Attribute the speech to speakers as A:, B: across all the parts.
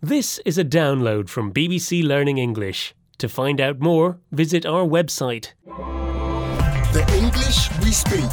A: This is a download from BBC Learning English. To find out more, visit our website.
B: The English we speak.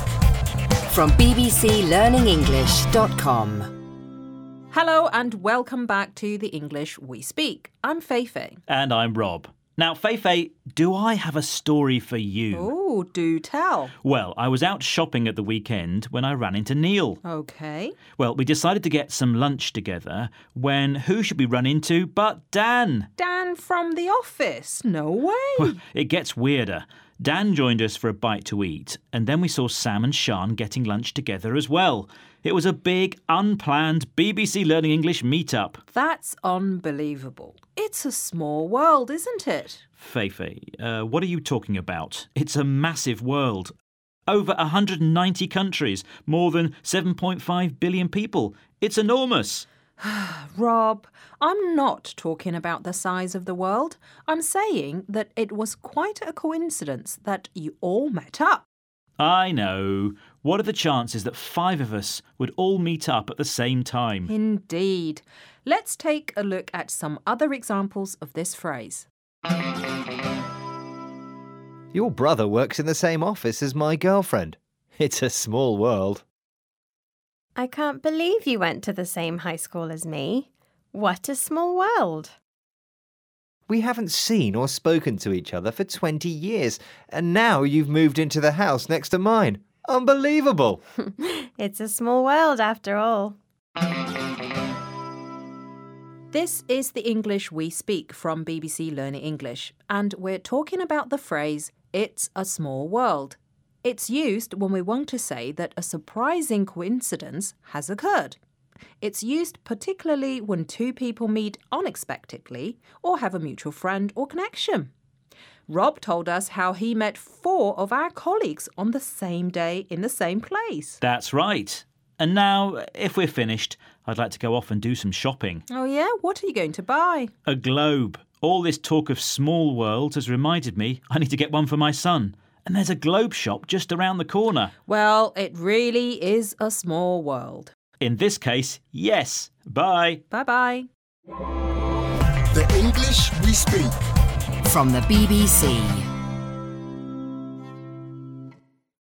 C: from bbclearningenglish.com.
D: Hello and welcome back to the English We Speak. I'm Feifei.
E: And I'm Rob. Now, Feifei, do I have a story for you?
D: Oh, do tell.
E: Well, I was out shopping at the weekend when I ran into Neil.
D: Okay.
E: Well, we decided to get some lunch together when who should we run into but Dan?
D: Dan from the office. No way.
E: It gets weirder. Dan joined us for a bite to eat, and then we saw Sam and Sean getting lunch together as well. It was a big, unplanned BBC Learning English meetup.
D: That's unbelievable. It's a small world, isn't it?
E: Feifei, uh, what are you talking about? It's a massive world. Over 190 countries, more than 7.5 billion people. It's enormous.
D: Uh, Rob, I'm not talking about the size of the world. I'm saying that it was quite a coincidence that you all met up.
E: I know. What are the chances that five of us would all meet up at the same time?
D: Indeed. Let's take a look at some other examples of this phrase.
F: Your brother works in the same office as my girlfriend. It's a small world.
G: I can't believe you went to the same high school as me. What a small world.
F: We haven't seen or spoken to each other for 20 years, and now you've moved into the house next to mine. Unbelievable!
G: It's a small world after all.
D: This is the English we speak from BBC Learning English, and we're talking about the phrase, it's a small world. It's used when we want to say that a surprising coincidence has occurred. It's used particularly when two people meet unexpectedly or have a mutual friend or connection. Rob told us how he met four of our colleagues on the same day in the same place.
E: That's right. And now, if we're finished, I'd like to go off and do some shopping.
D: Oh, yeah? What are you going to buy?
E: A globe. All this talk of small worlds has reminded me I need to get one for my son. And there's a globe shop just around the corner.
D: Well, it really is a small world.
E: In this case, yes. Bye.
D: Bye bye.
B: The English we speak.
C: From the BBC.